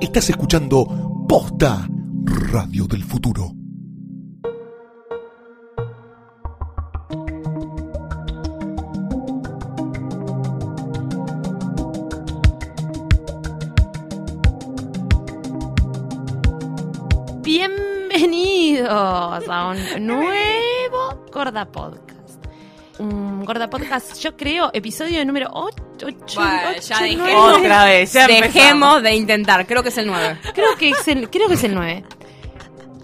Estás escuchando Posta Radio del Futuro. Bienvenidos a un nuevo Gorda Podcast. Un Gorda Podcast, yo creo, episodio número 8. Bueno, ya dije. Otra vez, ya empezamos. Dejemos de intentar, creo que es el 9. Creo que es el, creo que es el 9.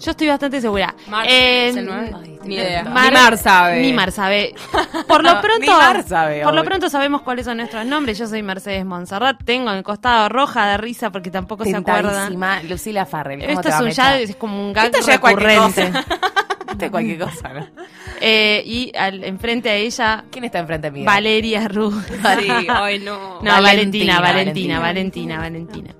Yo estoy bastante segura. Mar- Eh, ¿es el nueve? Ay, ni idea. Mar- Ni Mar sabe. Ni Mar sabe. Por lo pronto, Ni Mar sabe, por lo obvio. pronto sabemos cuáles son nuestros nombres. Yo soy Mercedes Montserrat, tengo el costado roja de risa porque tampoco se acuerdan. Tentadísima, Lucila Farrell. ¿cómo Esto te va es a un ya meter? es como un gag Esto ya es cualquier recurrente. Esto es cualquier cosa, ¿no? Eh, y al- enfrente a ella, ¿Quién está enfrente mío? Valeria Ruda. Sí, ay no. No, Valentina, Valentina, Valentina, Valentina. Valentina, Valentina.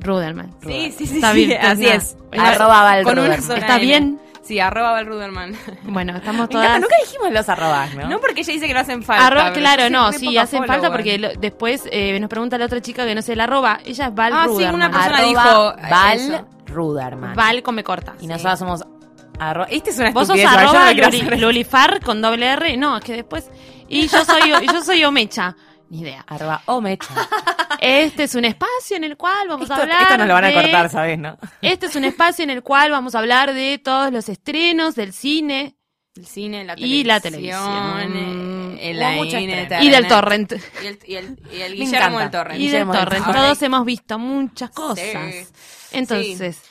Rudelman. Sí, sí, sí, Está sí, bien, pues así no. es. Arroba Val Con una Ruderman. sola ¿Está N. bien? Sí, arroba Val Ruderman. Bueno, estamos Me encanta, todas. nunca dijimos los arrobas, ¿no? No porque ella dice que no hacen falta. Arroba, pero claro, yo no, soy re sí, poca hacen falta follower. porque lo- después eh, nos pregunta la otra chica que no sé el arroba. Ella es Val Ah, sí, Ruderman. una persona Arroba dijo, eh, eso. Val Ruderman. Val come corta. Y nosotros somos arroba. Este es una Vos sos estupidez, igual, yo no arroba lo quiero Luli- hacer. Lulifar con doble R. No, es que después. Y yo soy, y yo soy Omecha. Ni idea. Arroba Omecha. Este es un espacio en el cual vamos Esto, a hablar. esto nos lo van a de- cortar, ¿sabes, no? Este es un espacio en el cual vamos a hablar de todos los estrenos del cine El cine, la televisión. Y la televisión. eh, El Hubo AINE, mucho estreno. Internet. y del torrent. Y el, ¿eh? y el, y el Me Guillermo encanta. del Torrent. Y del Guillermo del torrent. Torrent. Todos hemos visto muchas cosas. Entonces,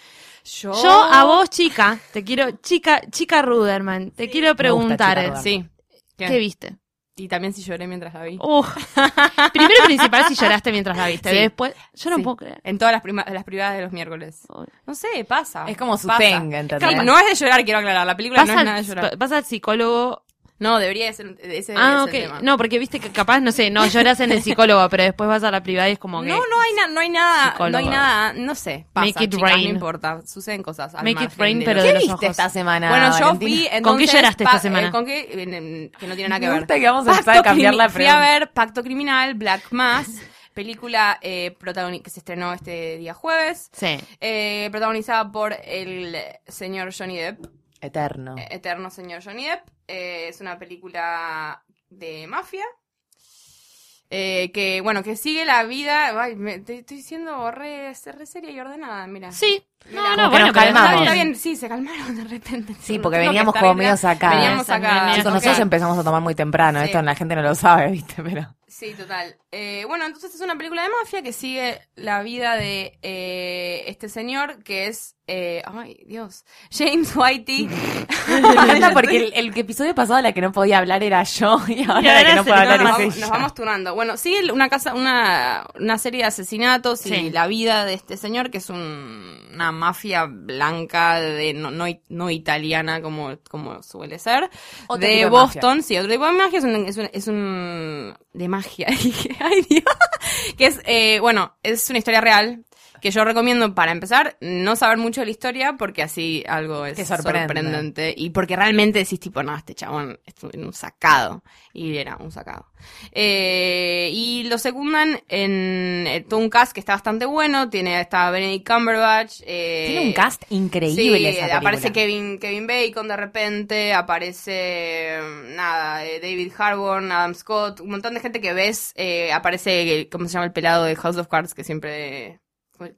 Yo, yo a vos, chica, te quiero, chica, chica Ruderman, te quiero preguntar. eh, Chica Ruderman. Sí. ¿Qué? ¿Qué? viste? Y también si lloré mientras la vi. Uf. Primero y principal, si lloraste mientras la viste. Sí. Después, yo no Sí. puedo creer. En todas las, prima- las privadas de los miércoles. No sé, pasa. Es como su Ah, Pasa. tenga, ¿entendés? Calma, No es de llorar, quiero aclarar. La película Vas, no es nada de llorar. al, vas al psicólogo. No, debería de ser ese ah, es el ok. tema. No, porque viste que capaz, no sé, no lloras en el psicólogo, pero después vas a la privada y es como que. No, no hay, na- no hay nada, no hay Psicóloga. nada, no sé, pasa, Make it chicas, rain. no importa, suceden cosas al Make it margen rain, de pero lo- ¿Qué de los viste ojos. esta semana, Bueno, yo Valentina? fui, entonces... ¿Con qué lloraste esta pa- eh, semana? con qué, en- en- que no tiene nada que Me ver. gusta que vamos a empezar a cambiar crimi- la Fui a pregunta. ver Pacto Criminal, Black Mass, película eh, protagoni- que se estrenó este día jueves, Sí. eh, protagonizada por el señor Johnny Depp, Eterno. eh, eterno señor Johnny Depp. eh, es una película de mafia. eh, que, bueno, que sigue la vida. Ay, me- te estoy diciendo re, re seria y ordenada, mira. Sí. No, Mira, no, como que bueno, pero nos Está bien, calmamos. está bien, sí, se calmaron de repente. Sí, No porque tengo veníamos que estar como medio bien- sacadas. Veníamos Esa sacadas. manera. Chicos, Ah, nosotros ok. empezamos a tomar muy temprano. Sí. Esto la gente no lo sabe, ¿viste? Pero. Sí, total. Eh, bueno, entonces es una película de mafia que sigue la vida de eh, este señor que es. eh, ay, Dios. James Whitey. Me encanta porque el, el episodio pasado la que no podía hablar era yo y ahora, ahora la que se no puede nos hablar nos, vamos- es vamos, ella. nos vamos turnando. Bueno, sigue una casa, una, una serie de asesinatos Sí. y la vida de este señor, que es un- una mafia blanca de no, no, i- no italiana como, como suele ser, Otro tipo de de Boston, sí, otro tipo de magia, es un, es un, es un- de magia, dije, ay Dios, que es, eh, bueno, es una historia real. Que yo recomiendo para empezar no saber mucho de la historia porque así algo es Te sorprende. sorprendente y porque realmente decís tipo, no, este chabón es un- un sacado y era un sacado. Eh, y lo secundan en eh, todo un cast que está bastante bueno. Tiene está Benedict Cumberbatch. eh, Tiene un cast increíble. sí, eh, esa película. aparece Kevin, Kevin Bacon de repente, aparece mm, nada, eh, David Harbour, Adam Scott, un montón de gente que ves, eh, aparece, eh, ¿cómo se llama el pelado de House of Cards que siempre...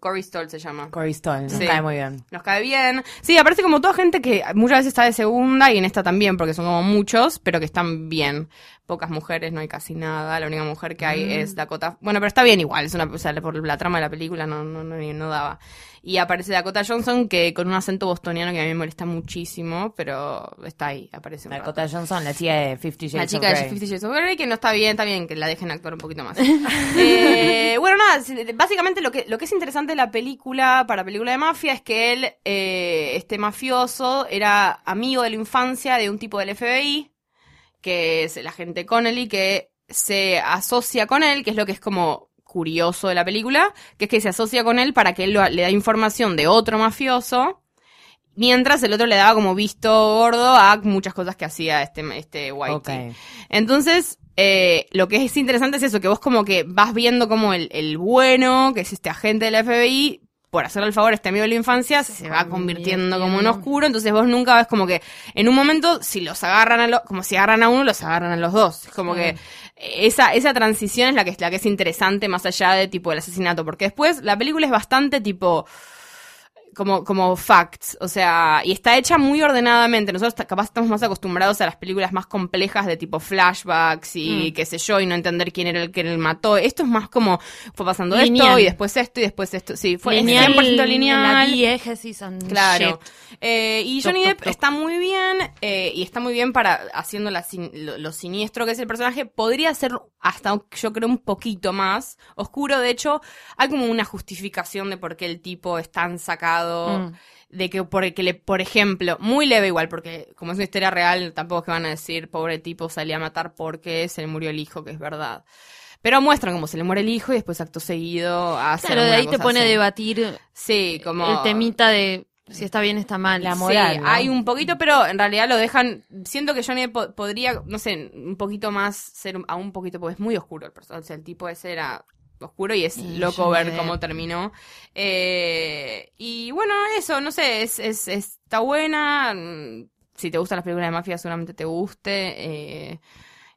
Corey Stoll se llama. Corey Stone, nos Sí. cae muy bien. Nos cae bien. Sí, aparece como toda gente que muchas veces está de segunda y en esta también, porque son como muchos, pero que están bien. Pocas mujeres, no hay casi nada. La única mujer que hay es Dakota. Bueno, pero está bien igual. Es una, o sea, por la trama de la película no, no, no, no daba. Y aparece Dakota Johnson, que con un acento bostoniano que a mí me molesta muchísimo, pero está ahí, aparece un rato. Dakota Johnson, la chica de Fifty Shades La chica of de Grey. Fifty Shades of Grey, que no está bien, está bien que la dejen actuar un poquito más. Eh, bueno, nada, si- básicamente lo que, lo que es interesante de la película, para película de mafia, es que él, eh, este mafioso, era amigo de la infancia de un tipo del FBI, que es el agente Connelly, que se asocia con él, que es lo que es como curioso de la película, que es que se asocia con él para que él lo- le da información de otro mafioso, mientras el otro le daba como visto gordo a muchas cosas que hacía este, este Whitey. Ok. Entonces, eh, lo que es interesante es eso, que vos como que vas viendo como el, el bueno, que es este agente del FBI, por hacerle el favor a este amigo de la infancia, se, va convirtiendo como en oscuro, entonces vos nunca ves como que en un momento, si los agarran a los, como si agarran a uno, los agarran a los dos. Es como que esa, esa transición es la que, es la que es interesante más allá de tipo el asesinato, porque después la película es bastante tipo como, como facts, o sea, y está hecha muy ordenadamente. Nosotros ta- capaz estamos más acostumbrados a las películas más complejas de tipo flashbacks Mm. y qué sé yo, y no entender quién era el que el mató. Esto es más como fue pasando esto Lineal. y después esto y después esto. Sí, fue es Lineal, 100% La lineal. diegesis and shit. Claro. Eh, y Toc, Johnny toc, Depp toc. está muy bien, eh, y está muy bien para haciendo la sin- lo, lo siniestro que es el personaje. Podría ser hasta, yo creo, un poquito más oscuro. De hecho, hay como una justificación de por qué el tipo es tan sacado. Mm. De que, por, que le, por ejemplo, muy leve igual, porque como es una historia real, tampoco es que van a decir, pobre tipo, salí a matar porque se le murió el hijo, que es verdad. Pero muestran cómo se le muere el hijo y después acto seguido hace Claro, de alguna ahí te cosa pone a así. debatir Sí, como... el temita de si está bien, está mal. La Sí. moral. Sí, ¿no? hay un poquito, pero en realidad lo dejan. Siento que Johnny po- podría, no sé, un poquito más ser un- aún un poquito, porque es muy oscuro el personaje. O sea, el tipo ese era oscuro y es Sí, loco Johnny ver Depp. cómo terminó. Eh, y bueno, eso, no sé, es, es- está buena. mm, Si te gustan las películas de mafia, seguramente te guste. eh,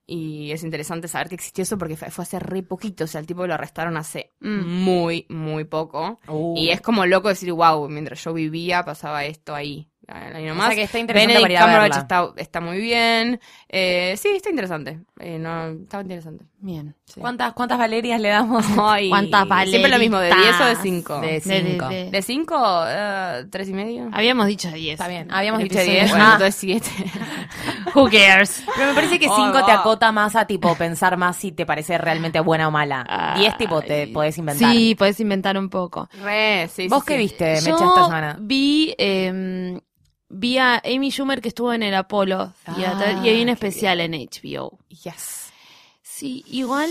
y es interesante saber que existió eso porque fue fue hace re poquito. O sea, el tipo lo arrestaron hace Mm. muy, muy poco. Uh. Y es como loco decir, wow, mientras yo vivía pasaba esto ahí. Ahí O nomás. sea que está interesante para Benedict ir a Cumberbatch verla. está, está muy bien. Eh, sí, está interesante. Eh, no, está interesante. Bien. ¿Cuántas, ¿Cuántas Valerias le damos? Ay, ¿Cuántas Siempre lo mismo, de 10 o de valeritas? 5. De De, cinco. de- 5, 3 y medio. Habíamos dicho 10. Está bien, habíamos El dicho episodio- 10. Bueno, Ah, entonces 7. Who cares? pero me parece que Oh, 5 te va. acota más a tipo pensar más si te parece realmente buena o Ah, mala. 10 tipo te Ay. podés inventar. Sí, podés inventar un poco. Re, sí, ¿Vos sí, qué sí. viste, Mecha, Yo esta semana? vi, eh, vi a Amy Schumer que estuvo en el Apolo y, Ah, atrás- y hay un qué especial en HBO. Yes. Sí, igual...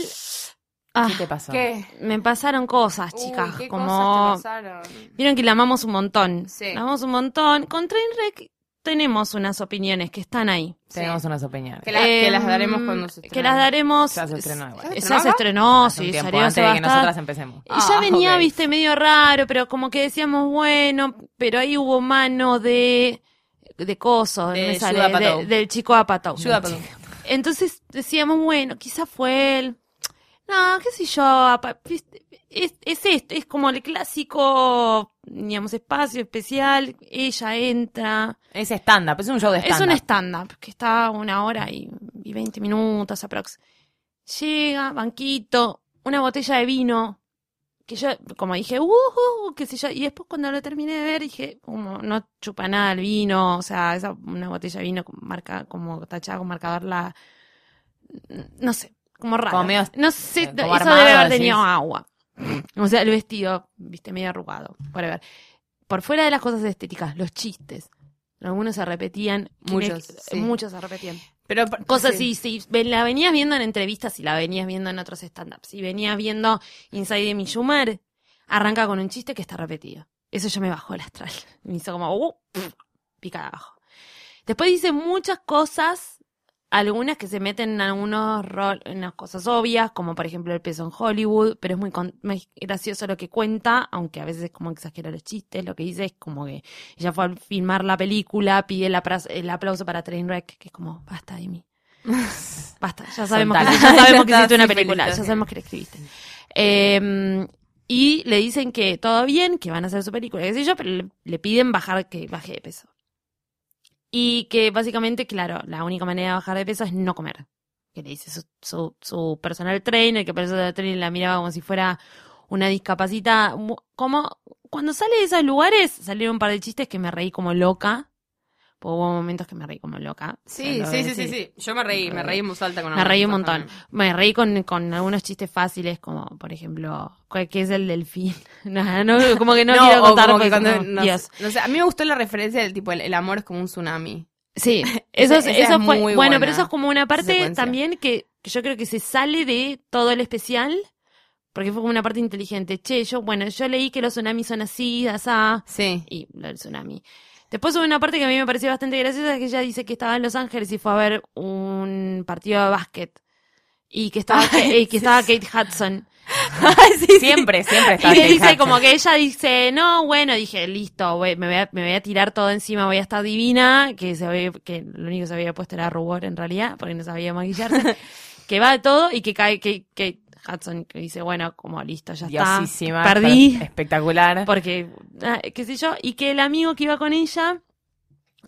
ah, ¿Qué te pasó? ¿Qué? me pasaron cosas, Uy, chicas. ¿qué como... cosas te pasaron? Vieron que la amamos un montón. Sí. La amamos un montón. Con Trainwreck tenemos unas opiniones que están ahí. Tenemos Sí. unas opiniones. Que la- que Em, las daremos cuando se Que estrene. las daremos. Ya se estrenó Ya igual. se ¿Se estrenó? estrenó, Hace un sí, tiempo, salió antes hace de que bastante. nosotras empecemos. Y ya Ah, venía, ok. viste, medio raro, pero como que decíamos, bueno, pero ahí hubo mano de de coso, no De me sale, Judd Apatow. de- del chico Apatow. Judd Apatow. Entonces decíamos, bueno, quizás fue él. No, qué sé yo, apa- viste, es, es esto, es como el clásico, digamos, espacio especial, ella entra, Es stand-up, es un show de es stand-up. un stand-up que está una hora y, y 20 minutos aprox. Llega, banquito, una botella de vino. Que yo, como dije, uh, uh, qué sé yo. Y después cuando lo terminé de ver, dije, como, no chupa nada el vino. O sea, esa, una botella de vino con marca, como tachada con marcador la. No sé, como raro. Como medio- no sé, como eso armado, debe haber decís. tenido agua. O sea, el vestido, viste, medio arrugado. Whatever. Por fuera de las cosas estéticas, los chistes. Algunos se repetían. quienes- Muchos, sí. Muchos se repetían. Pero, Cosas, sí. si, si ve- la venías viendo en entrevistas y la venías viendo en otros stand-ups. Si venías viendo Inside Amy Schumer, arranca con un chiste que está repetido. Eso ya me bajó el astral. Me hizo como, uh, pf, picada abajo. Después dice muchas cosas, algunas que se meten en algunos rol, en unas cosas obvias, como por ejemplo el peso en Hollywood, pero es muy, con- muy gracioso lo que cuenta, aunque a veces como exagera los chistes, lo que dice es como que ella fue a filmar la película, pide el, apra- el aplauso para Trainwreck, que es como, basta de mí. Basta, ya sabemos, que, Soltala. ya sabemos que Ya está, hiciste una sí, película, ya felicitaciones. sabemos que la escribiste. Eh, y le dicen que todo bien, que van a hacer su película, qué sé yo, pero le, le piden bajar, que baje de peso. Y que básicamente, claro, la única manera de bajar de peso es no comer. Que le dice su, su, su personal trainer, que el personal trainer la miraba como si fuera una discapacidad. mu- Como cuando sale de esos lugares, salieron un par de chistes que me reí como loca. Porque hubo momentos que me reí como loca. Sí, lo voy sí, a sí, sí, Ah, decir. sí. Yo me reí, me reí en voz alta con Me reí un algunas montón. cosas Me reí con, con algunos chistes fáciles, como por ejemplo, ¿cuál- ¿qué es el delfín? No, no, como que no, también. quiero o contar como porque que cuando- no, no, Dios. sé, no sé, a mí me gustó la referencia del tipo, el, el amor es como un tsunami. Sí, eso, es- esa es eso fue. muy Bueno, buena pero eso es como una parte secuencia. también que que yo creo que se sale de todo el especial, porque fue como una parte inteligente. Che, yo, bueno, yo leí que los tsunamis son así, asá, Sí. y lo del tsunami. Después hubo una parte que a mí me pareció bastante graciosa, que ella dice que estaba en Los Ángeles y fue a ver un partido de básquet. Y que estaba, y que estaba Kate Hudson. Siempre, siempre está Y le Kate dice Hudson. como que ella dice, no, bueno, dije, listo, voy- me, voy a, me voy a tirar todo encima, voy a estar divina, que se había- que lo único que se había puesto era rubor en realidad, porque no sabía maquillarse, que va de todo y que cae, que, que Hudson que dice, bueno, como listo, ya Diosísima. está, perdí, per- Espectacular. porque, ah, qué sé yo, y que el amigo que iba con ella,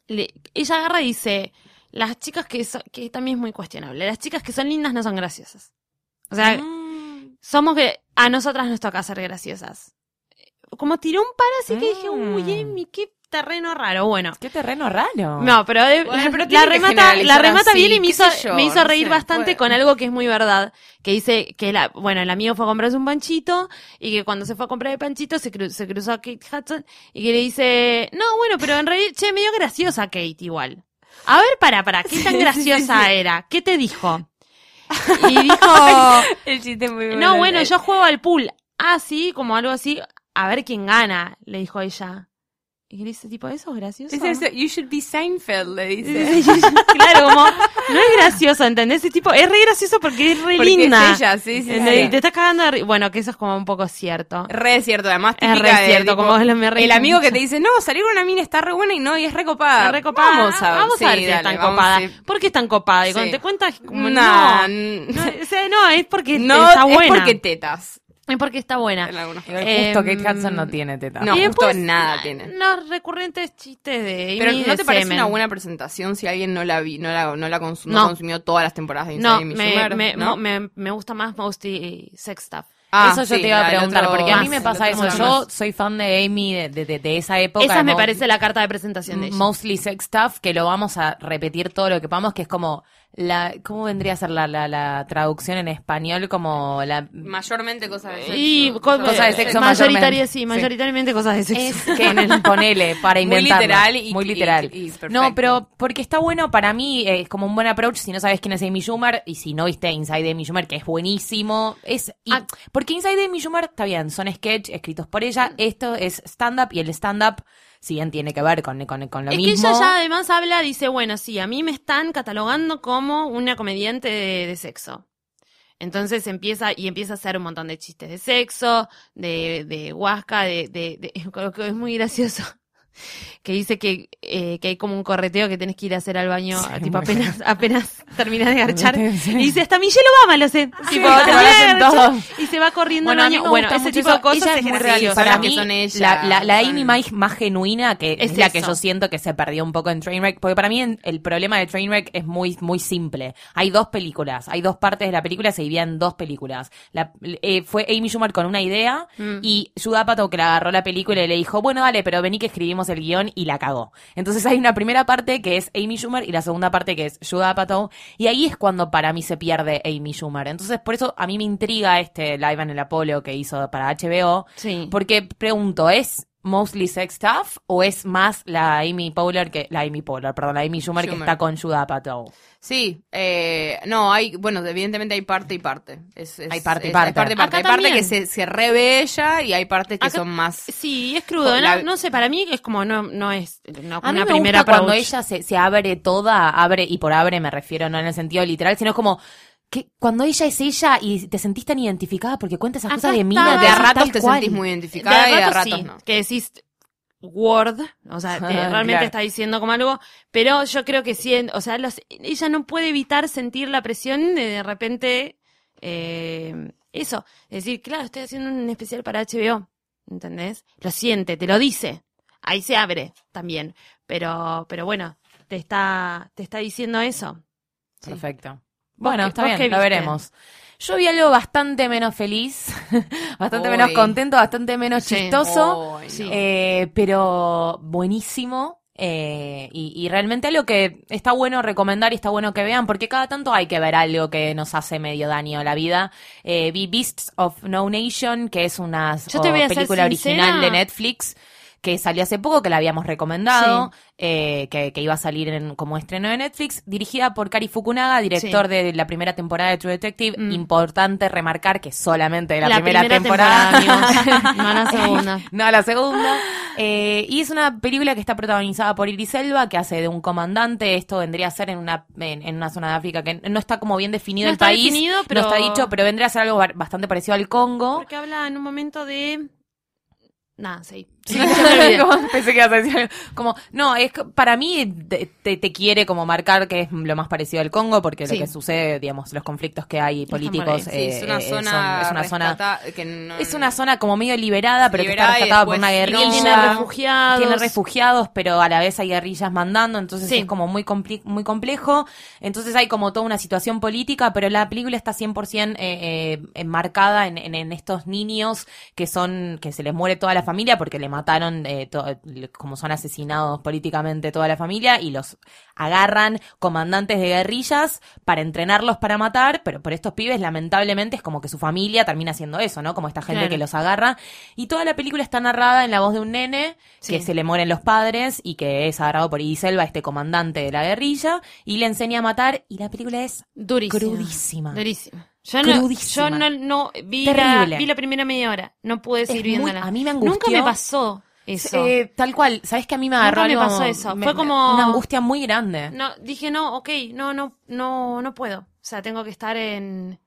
le- ella agarra y dice, las chicas que, so- que también es muy cuestionable, las chicas que son lindas no son graciosas. O sea, Ah. Mm. somos que a nosotras nos toca ser graciosas. Como tiró un par así que dije, Mm. uy, Amy, qué terreno raro. Bueno, Qué terreno raro. no, pero, de- Bueno, pero la tiene que remata, la generalizar remata así, bien y me qué hizo, sé yo, me hizo no reír sé, bastante puede- con algo que es muy verdad. Que dice que la, bueno, el amigo fue a comprarse un panchito y que cuando se fue a comprar el panchito se, cru- se cruzó a Kate Hudson y que le dice, no, bueno, pero en realidad, che, medio graciosa Kate igual. A ver, para, para, ¿qué tan graciosa era? ¿Qué te dijo? Y dijo, El chiste muy Oh. no, bueno, Eh, yo juego al pool. Ah, sí, como algo así. A ver quién gana, le dijo ella. Y le dice, tipo, eso es gracioso. Es eso, you should be Seinfeld, eh, le dice. claro, como, no es gracioso, ¿entendés? Ese tipo, es re gracioso porque es re Porque es linda. ella, sí, sí, ¿Entendés? sí. Y te estás cagando de ri- Bueno, que eso es como un poco cierto. Re cierto, además Es típica re de, cierto, tipo, como es lo me reí El amigo mucho. que te dice, no, salir con una mina está re buena y no, y es re copada. Es re copada. Ah, Vamos a ver, Vamos sí, a ver si es dale, tan vamos, copada. sí. ¿Por qué es tan copada? Y cuando Sí. te cuentas, como, Nah, no. n- No, o sea, no, es porque no, está buena. es porque tetas. es porque está buena. en algunos casos. Justo Em, Kate Hudson no tiene teta. No, Y justo después, nada tiene. Unos recurrentes chistes de Pero Amy ¿no de te parece semen. una buena presentación si alguien no la vi, no la, no la consum- no No. consumió todas las temporadas de No, Inside Amy me, Schumer, me, ¿no? me, me gusta más Mostly Sex Stuff. Ah, eso yo sí, te iba la a del preguntar, otro- porque a mí me el pasa otro eso. programa. Yo soy fan de Amy de, de- de- de esa época. Esa de me Mo- parece la carta de presentación de ella. Mostly sex stuff, que lo vamos a repetir todo lo que podamos, que es como la, ¿cómo vendría a ser la, la, la traducción en español? Como la Mayormente cosas de sexo. y co- Cosas de eh, sexo mayoritaria, mayormente. sí, mayoritariamente cosas de es sexo. que ponele para Muy inventar literal y- muy literal y- y perfecto. no pero porque está bueno para mí eh, es como un buen approach si no sabes quién es Amy Schumer y si no viste Inside Amy Schumer que es buenísimo es y- Ah. porque Inside Amy Schumer está bien son sketch escritos por ella esto es stand up y el stand up si bien tiene que ver con, con, con lo Es que mismo ella ya además habla, dice, bueno, sí, a mí me están catalogando como una comediante de, de sexo. Entonces empieza y empieza a hacer un montón de chistes de sexo, de, de huasca, de, de, de- creo que es muy gracioso. Que dice que, eh, que hay como un correteo que tenés que ir a hacer al baño, Sí, tipo muy apenas, apenas terminas de garchar. Sí. Y dice, hasta Michelle Obama lo sé. Tipo, lo termina de hacen garchar todos. y se va corriendo Bueno, a al mí baño. me Bueno, gusta ese mucho tipo de eso. cosas Ella es, es muy gracioso. son realista. Para las que mí, son ellas, la, la, la Amy son- más, más genuina, que es, Es la que eso. yo siento que se perdió un poco en Trainwreck, porque para mí en- el problema de Trainwreck es muy, muy simple. Hay dos películas, hay dos partes de la película, se dividían en dos películas. La- eh, fue Amy Schumer con una idea y Judapato que la agarró la película y le dijo, bueno, dale, pero vení que escribimos el guión y la cagó. Entonces hay una primera parte que es Amy Schumer y la segunda parte que es Judapato y ahí es cuando para mí se pierde Amy Schumer. Entonces por eso a mí me intriga este Live en el Apolo que hizo para HBO, Sí. porque pregunto, ¿es mostly sex stuff o es más la Amy Poehler que la Amy Poehler, perdón, la Amy Schumer, que Schumer. está con Judah Apatow? Sí, eh, no, hay, bueno, evidentemente hay parte y parte. Es- es- Hay parte y es- parte. Hay parte y Acá parte. Hay parte también. que se, se rebella y hay partes que Acá- son más. Sí, es crudo. La- No, no sé, para mí es como no, no es no, A mí una me primera gusta cuando approach. ella se, se abre toda, abre, y por abre me refiero no en el sentido literal, sino como que cuando ella es ella y te sentís tan identificada porque cuenta esas Acá cosas de mina, estaba- De a decís ratos tal te cual. sentís muy De identificada a y de a ratos ratos sí, no. que decís Word, o sea, te- Ah, realmente claro. está diciendo como algo, pero yo creo que sí, en- o sea, los- ella no puede evitar sentir la presión de de repente eh, eso, decir, claro, estoy haciendo un especial para HBO, ¿entendés? Lo siente, te lo dice, ahí se abre también, pero, pero bueno, te está, te está diciendo eso. Perfecto. Bueno, qué- está vos bien, qué lo viste? veremos. Yo vi algo bastante menos feliz, bastante Uy. menos contento, bastante menos Sí. chistoso. Ay, Sí. no. Eh, pero buenísimo. eh, y, y realmente algo que está bueno recomendar y está bueno que vean, porque cada tanto hay que ver algo que nos hace medio daño a la vida. Eh, vi Beasts of No Nation, que es una Yo te voy a ser película original sincera. de Netflix que salió hace poco, que la habíamos recomendado, eh, que, que iba a salir en- como estreno de Netflix, dirigida por Cari Fukunaga, director Sí. de la primera temporada de True Detective. Mm. Importante remarcar que solamente de la, primera, temporada amigos. no la segunda. no, la segunda. Eh, y es una película que está protagonizada por Iris Elba, que hace de un comandante. Esto vendría a ser en una, en, en una zona de África que no está como bien definido No el está país. definido, pero- No está dicho, pero vendría a ser algo ba- bastante parecido al Congo. Porque habla en un momento de. Nada, sí. Como- Pensé que ibas a decir algo. Como, no, es que para mí te, te- te quiere como marcar que es lo más parecido al Congo, porque Sí. lo que sucede, digamos, los conflictos que hay políticos. Sí, Sí, es una eh, eh, son- zona. es una zona rescata- que no- Es una zona como medio liberada, pero Liberada y que está rescatada por después una no. guerrilla. Y él tiene refugiados. Tiene refugiados, pero a la vez hay guerrillas mandando, entonces Sí. es como muy, compli- muy complejo. Entonces hay como toda una situación política, pero la película está 100% eh, eh, enmarcada en, en- en estos niños que son que se les muere toda la familia porque le mataron, eh, to- le- como son asesinados políticamente toda la familia, y los agarran comandantes de guerrillas para entrenarlos para matar, pero por estos pibes lamentablemente es como que su familia termina haciendo eso, ¿no? Como esta gente Claro. que los agarra. Y toda la película está narrada en la voz de un nene Sí. que se le mueren los padres y que es agarrado por Idiselva, este comandante de la guerrilla, y le enseña a matar y la película es Durísima. crudísima. Durísima. Yo no, Crudísima. yo no, no- vi, la, Terrible. vi la primera media hora. No pude Es seguir muy- viéndola. a mí me Nunca angustió. me pasó eso. Eh, tal cual, ¿sabes que a mí me Nunca agarró me algo- pasó eso. Fue como- una angustia muy grande. no, dije, no, ok, no, no, no, no puedo. O sea, tengo que estar en.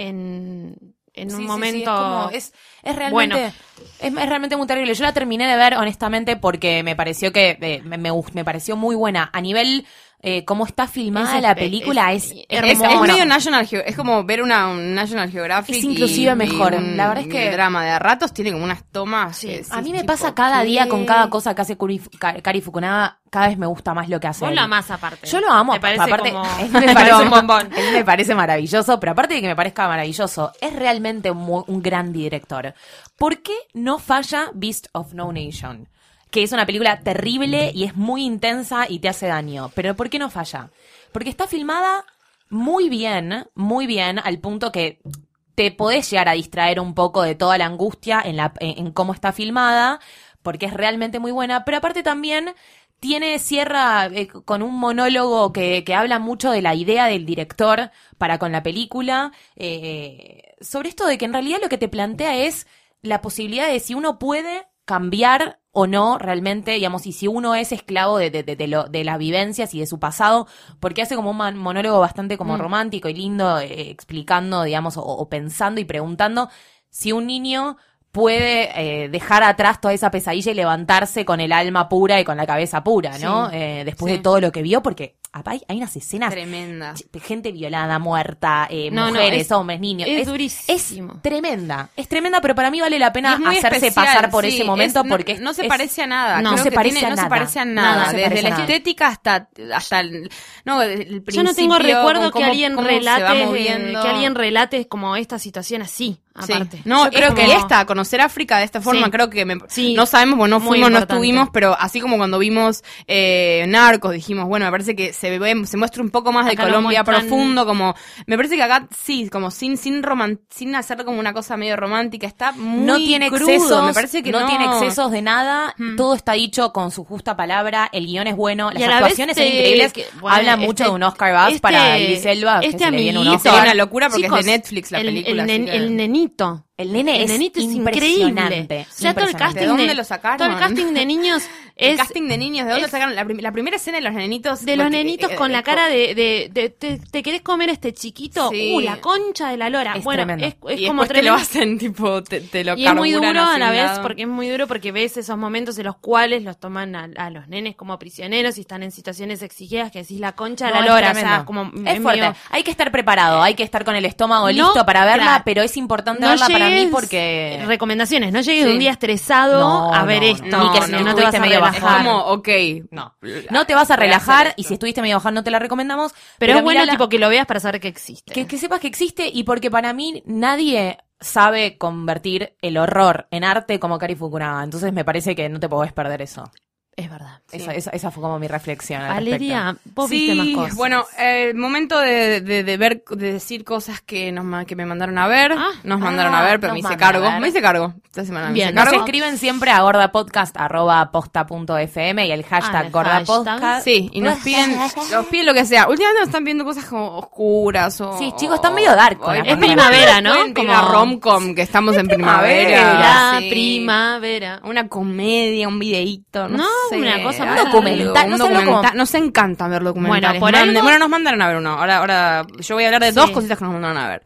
en. en Sí, un sí, sí, momento. es, como- es- es realmente, es, es realmente muy terrible. Yo la terminé de ver, honestamente, porque me pareció que eh, me, me gust- me pareció muy buena. A nivel eh, cómo está filmada Es la espe- película, es es, hermosa. Es, hermosa. es Bueno. medio National Geo- es como ver una un National Geographic. Es inclusive y- mejor. y un La verdad es que- drama de a ratos tiene como unas tomas. Sí. que decís, a mí me tipo, pasa cada ¿qué? día con cada cosa que hace Curi- Ca- Cari Fukunaga, cada vez me gusta más lo que hace. Vos él. la amás aparte. Yo lo amo, Me parece aparte, como. él me te parece- parece un bombón. él me parece maravilloso, pero aparte de que me parezca maravilloso, es realmente un, mu- un gran director. ¿Por qué no falla Beast of No Nation? Que es una película terrible y es muy intensa y te hace daño. Pero ¿por qué no falla? Porque está filmada muy bien, muy bien, al punto que te podés llegar a distraer un poco de toda la angustia en, la, en, en cómo está filmada, porque es realmente muy buena, pero aparte también tiene, cierra eh, con un monólogo que, que habla mucho de la idea del director para con la película, eh, sobre esto de que en realidad lo que te plantea es la posibilidad de si uno puede cambiar o no realmente, digamos, y si uno es esclavo de, de, de- de lo- de las vivencias y de su pasado, porque hace como un man- monólogo bastante Mm. como romántico y lindo, eh, explicando, digamos, o, o pensando y preguntando si un niño puede eh, dejar atrás toda esa pesadilla y levantarse con el alma pura y con la cabeza pura, ¿no? Sí, Eh, después sí. de todo lo que vio, porque apá, hay, hay unas escenas, Tremenda. gente violada, muerta, eh, No, no, mujeres, es- hombres, niños. es Es- durísimo. Es tremenda, es tremenda, pero para mí vale la Y pena es muy hacerse especial, pasar por sí, ese momento es- no- porque no, se es- parece a nada No, Creo se que parece tiene- a no se nada. parece a nada, Nada, se desde parece la a nada. estética hasta hasta el, no el principio Yo no tengo recuerdo con cómo- que alguien cómo se va relate eh, moviendo. que alguien relate como esta situación así, Sí. aparte. No, Yo creo como- que esta, conocer África de esta forma, Sí. creo que me- Sí. no sabemos, porque no Muy fuimos, no importante. estuvimos, pero así como cuando vimos eh, Narcos, dijimos, bueno, me parece que se ve, se muestra un poco más de Acá lo Colombia muestran- profundo, como, me parece que acá sí, como sin, sin roman, sin hacer como una cosa medio romántica, está muy no tiene crudo, excesos, me parece que no, tiene excesos de nada, todo está dicho con su justa palabra, el guión es bueno, las Mm. Y a la vez actuaciones son te- increíbles, que- bueno, habla este- mucho de un Oscar Bass este- para Iris Elba, que este se le viene un amiguito. Sería Oscar. una locura porque Chicos, es de Netflix la el- película. El, así nen- que- el nenito. El nene el es, nenito es impresionante. increíble. O sea, todo el impresionante. casting ¿De dónde de- lo sacaron? Todo el casting de niños El es casting de niños, ¿de dónde es- sacaron? La, prim- la primera escena de los nenitos. de los porque, nenitos eh, con la eh, cara de, de- de- te, te querés comer a este chiquito, Sí. uh, la concha de la lora. Es bueno, tremendo. es, es y como después te lo tremendo. hacen, tipo, te, te lo Y es muy carburan duro a hacia la un vez, lado. porque es muy duro porque ves esos momentos en los cuales los toman a, a los nenes como prisioneros y están en situaciones exigidas que decís la concha de No, la es lora, o tremendo. sea, como es fuerte. medio- Hay que estar preparado, hay que estar con el estómago No, listo para verla, claro. pero es importante No verla para mí llegues- porque recomendaciones, no llegues Sí. un día estresado No, a ver no, esto, no. Ni que si no, te estuviste vas a medio Es relajar. bajón. como, ok. no. No te vas a Voy hacer relajar y esto. si estuviste medio bajón no te la recomendamos, pero, es bueno mírala- tipo que lo veas para saber que existe. Que, que sepas que existe y porque para mí nadie sabe convertir el horror en arte como Cari Fukunaga. Entonces me parece que no te podés perder eso. Es verdad. Esa, esa- esa fue como mi reflexión. al respecto. Valeria, vos sí, viste más cosas. Bueno, eh, momento de, de- de ver, de decir cosas que nos ma- que me mandaron a ver. Ah, nos mandaron ah, a ver, pero me nos hice mandaron a cargo. ver. Me hice cargo. Esta semana me Bien, hice no Nos cargo. escriben siempre a gordapodcast.fm y el hashtag Ah, el hashtag. gordapodcast. Sí, y nos piden, nos piden lo que sea. Últimamente nos están pidiendo cosas como oscuras o... Sí, chicos, están medio dark con Ay, la es por pandemia. primavera, ¿no? Pueden pedir Como una rom-com, que estamos en primavera. primavera, sí. primavera. Una comedia, un videíto, no, No, sé. una cosa, un algo, documental, un no sé, algo documental. como- Nos encanta ver documentales. Bueno, por Manden- algo- bueno, nos mandaron a ver uno. Ahora, ahora yo voy a hablar de Sí. dos cositas que nos mandaron a ver.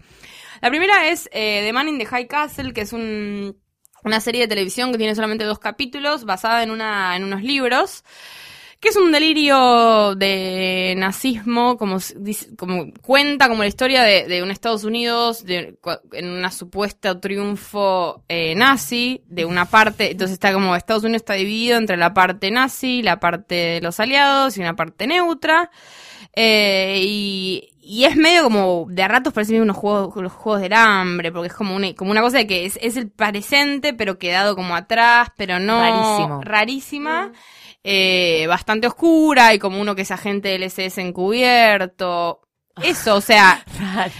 La primera es eh, The Man in the High Castle, que es un- una serie de televisión que tiene solamente dos capítulos, basada en, una, en unos libros, que es un delirio de nazismo, como, s- dice- como cuenta como la historia de, de un Estados Unidos de- cua- en una supuesta triunfo eh, nazi, de una parte, entonces está como Estados Unidos está dividido entre la parte nazi, la parte de los aliados y una parte neutra. Eh, y, y es medio como, de a ratos parece unos juegos, los juegos del hambre, porque es como una, como una cosa de que es, es el parecente, pero quedado como atrás, pero no. Rarísimo. Rarísima. eh, bastante oscura y como uno que es agente del SS encubierto. Eso, o sea, Raro.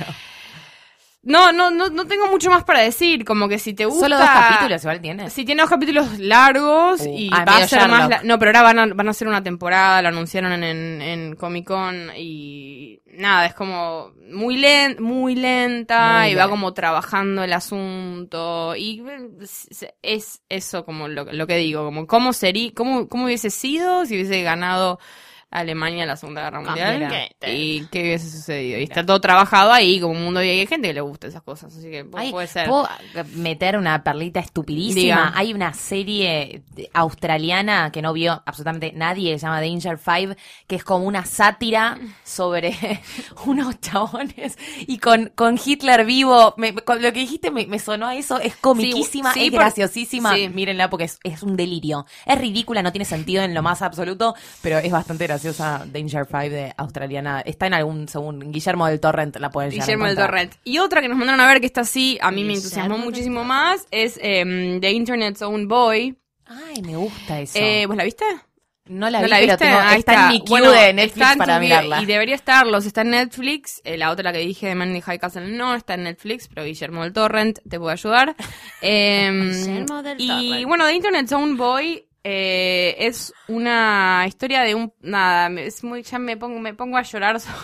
no, no, no, no tengo mucho más para decir. Como que si te gusta. Solo dos capítulos igual tiene. Si tiene dos capítulos largos Uh, y ah, va a medio ser más... Sherlock. la- No, pero ahora van a, van a hacer una temporada, lo anunciaron en, en, en Comic Con y nada, es como muy, len- muy lenta Muy y bien. va como trabajando el asunto y es, es eso como lo, lo que digo, como cómo sería, cómo, cómo hubiese sido si hubiese ganado Alemania la Segunda Guerra Mundial Completamente. y qué hubiese sucedido. Y está todo trabajado ahí como un mundo y hay gente que le gusta esas cosas, así que pu- Ay, puede ser. ¿Puedo meter una perlita estupidísima? Diga. Hay una serie de- australiana que no vio absolutamente nadie, que se llama Danger Five, que es como una sátira sobre unos chabones y con, con Hitler vivo. Me- con lo que dijiste me, me sonó a eso. Es comiquísima, sí, es por- graciosísima. sí. Mírenla porque es, es un delirio. Es ridícula, no tiene sentido en lo más absoluto, pero es bastante graciosa Danger Five de australiana. Está en algún, según Guillermo del Torrent, la pueden llegar a Guillermo del encontrar. Torrent. Y otra que nos mandaron a ver que está así, a mí me Guillermo entusiasmó del muchísimo Torrent. más, es em, The Internet's Own Boy. Ay, me gusta eso. Eh, ¿Vos la viste? No la ¿No vi, pero tengo- Ahí está, en mi queue Bueno, de Netflix está en tu para queue mirarla. Y debería estarlos. Está en Netflix. Eh, la otra que dije de Mandy High Castle no está en Netflix, pero Guillermo del Torrent te puede ayudar. Em, Guillermo del y Torrent. bueno, The Internet's Own Boy eh, es una historia de un... Nada, me- es muy, ya me pongo, me pongo a llorar solo.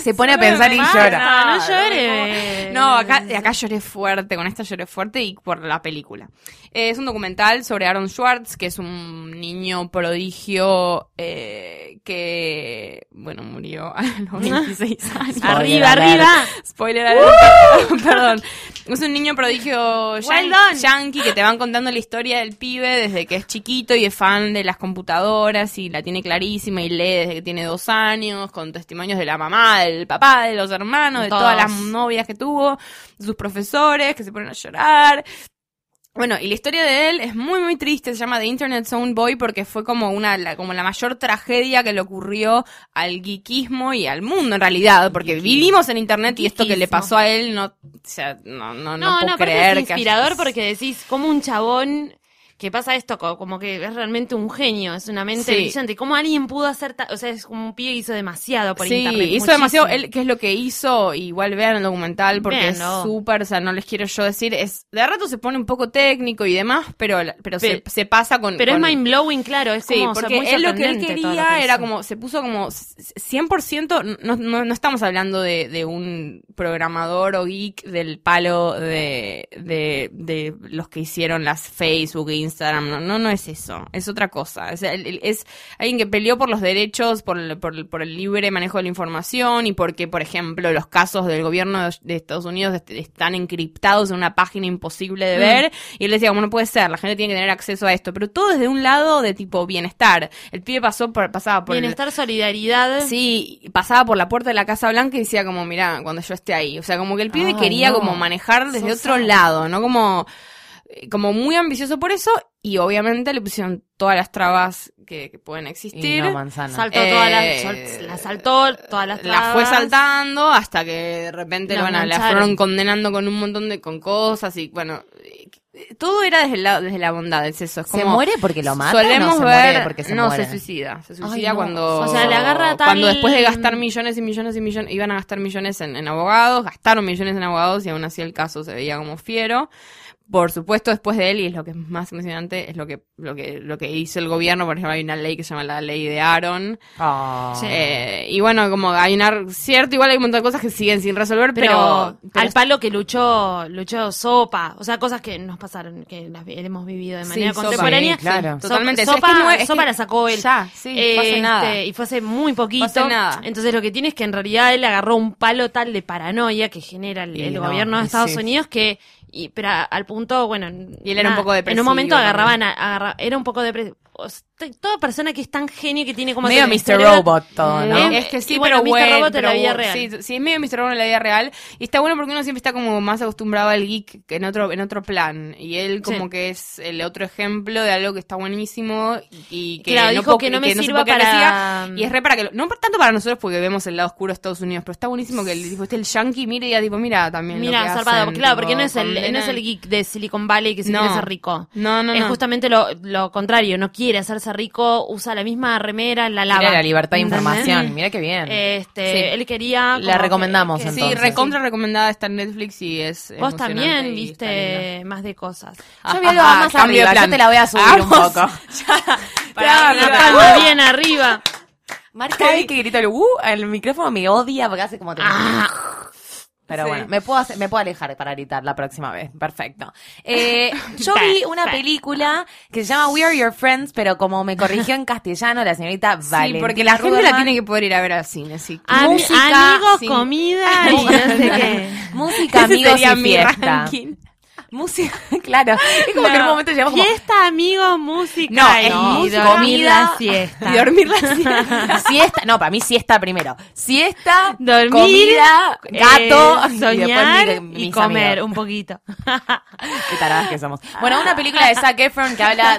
Se pone a Solo me pensar y mata, llora. No, no llores. No, acá, acá lloré fuerte, con esta lloré fuerte y por la película. Eh, es un documental sobre Aaron Schwartz, que es un niño prodigio eh, que, bueno, murió a los 26 años. Arriba, Spoiler arriba. Spoiler alert. Perdón. Es un niño prodigio yan- done. yankee que te van contando la historia del pibe desde que es chiquito y es fan de las computadoras y la tiene clarísima y lee desde que tiene dos años, con testimonios de la mamá, del papá, de los hermanos, de Todos. todas las novias que tuvo, de sus profesores que se ponen a llorar. Bueno, y la historia de él es muy, muy triste. Se llama The Internet Zone Boy porque fue como una, la, como la mayor tragedia que le ocurrió al geekismo y al mundo en realidad. Porque vivimos en Internet y esto que le Geekismo. pasó a él no, o sea, no, no, no, No, puedo no, aparte creer es que haya- inspirador porque decís, como un chabón que pasa esto, co- como que es realmente un genio, es una mente Sí. brillante. ¿Cómo alguien pudo hacer ta- O sea, es como un pibe que hizo demasiado por sí, internet. hizo muchísimo. demasiado. Él, ¿Qué es lo que hizo? Igual vean el documental porque Véanlo. es súper, o sea, no les quiero yo decir. es De rato se pone un poco técnico y demás, pero, la- pero, se, Pero- se pasa con. Pero es con- mind blowing, claro, es Sí, como porque muy él lo que él sorprendente todo quería lo que era hizo. como, se puso como c- 100%, no, no, no estamos hablando de, de un programador o geek del palo de, de, de los que hicieron las Facebook, e Instagram, no, no, no es eso, es otra cosa, es, el- el- es alguien que peleó por los derechos, por, el- por, el- por el libre manejo de la información y porque, por ejemplo, los casos del gobierno de- de Estados Unidos est- están encriptados en una página imposible de ver. Y él decía, como no puede ser, la gente tiene que tener acceso a esto. Pero todo desde un lado de tipo bienestar. El pibe pasó por, pasaba por el- Bienestar, solidaridad. Sí, pasaba por la puerta de la Casa Blanca y decía como, mirá, cuando yo esté ahí. O sea, como que el pibe Ay, quería no. como manejar desde So otro sad. lado, ¿no? Como, eh, como muy ambicioso por eso y obviamente le pusieron todas las trabas que, que pueden Y existir. no, manzana. Saltó todas Eh, las. sol- La saltó, todas las. La fue trabas. saltando hasta que de repente La bueno, la engancharon. fueron condenando con un montón de con cosas y bueno, todo era desde la, desde la bondad, el sexo. Es ¿Se como- muere porque lo matan Solemos o se ver, muere porque se no, muere? se suicida. Se suicida Ay, no. cuando. O sea, le agarra tal- Cuando después de gastar millones y millones y millones, iban a gastar millones en, en abogados, gastaron millones en abogados y aún así el caso se veía como fiero. Por supuesto, después de él, y es lo que es más emocionante, es lo que, lo que, lo que hizo el gobierno. Por ejemplo, hay una ley que se llama la ley de Aaron. Ah. Sí. Eh, y bueno, como hay una. Cierto, igual hay un montón de cosas que siguen sin resolver, pero. pero, al palo que luchó, luchó sopa, o sea, cosas que nos pasaron, que las vi- hemos vivido de Sí, manera Sopa. contemporánea. Sí, claro. Sopa- Totalmente. Sopa, O sea, es que no es- es Sopa que- la sacó él. Ya, sí, no hace Este, nada. Y fue hace muy poquito. No hace nada. Entonces lo que tiene es que en realidad él agarró un palo tal de paranoia que genera el, Y el no, gobierno de y Estados sí. Unidos que, y, pero a- al punto, bueno. Y él era un poco En depresivo un momento también. agarraban, a- agarra- era un poco depresivo. O sea, toda persona que es tan genio que tiene como... Medio hacer el Mr. cerebro- Robot todo, ¿no? Eh, Es que sí, y bueno, pero Mr. bueno, Robot en la pero vida bu- real. Sí, sí, es medio Mr. Robot en la vida real. Y está bueno porque uno siempre está como más acostumbrado al geek que en otro, en otro plan. Y él como Sí. que es el otro ejemplo de algo que está buenísimo y que Claro, no dijo puedo- que no me se sirva puede creer que para- um, siga. Y es re para que... lo- No tanto para nosotros porque vemos el lado oscuro de Estados Unidos, pero está buenísimo que el, tipo, este el yankee mire y diga tipo, mira también lo Mira, que salvado, hacen, claro, tipo, porque no es, el, no condenan. es el geek de Silicon Valley que se No. quiere hacer rico. No, no, no. es justamente lo, lo contrario, no quiere hacerse rico, usa la misma remera, la lava. Mira la libertad de ¿Entendés? información, mira qué bien. Este, Sí. él quería... como La que- recomendamos, que- Sí, entonces. recontra recomendada está en Netflix y es Vos emocionante también y está linda. viste más de cosas. Yo había algo más cambio de arriba, yo plan. te la voy a subir Vamos. un poco. Ah, Para Una arriba. palma Ah, ¡Uh! bien arriba. Marca ahí que grita el uh, el micrófono me odia porque hace como... Ah, Pero Sí. bueno, me puedo, hacer- me puedo alejar para gritar la próxima vez. Perfecto. Eh, yo vi una Perfecto. película que se llama We Are Your Friends, pero como me corrigió en castellano la señorita Valentina. Sí, porque la gente la Ruderman, tiene que poder ir a ver al cine, así que... ami- Música amigos, sin- comida y no sé qué. Música, Ese amigos sería y mi fiesta. ranking. Música, claro. Es como que en un momento llevamos como Fiesta, amigos, música No, es y música, dormir la comida, siesta. Y dormir la siesta. siesta. No, para mí siesta primero. Siesta, Dormir, comida, eh, gato, y después soñar mi- y mis comer amigos. un poquito. Qué taradas que somos. Ah. Bueno, una película de Zac Efron que habla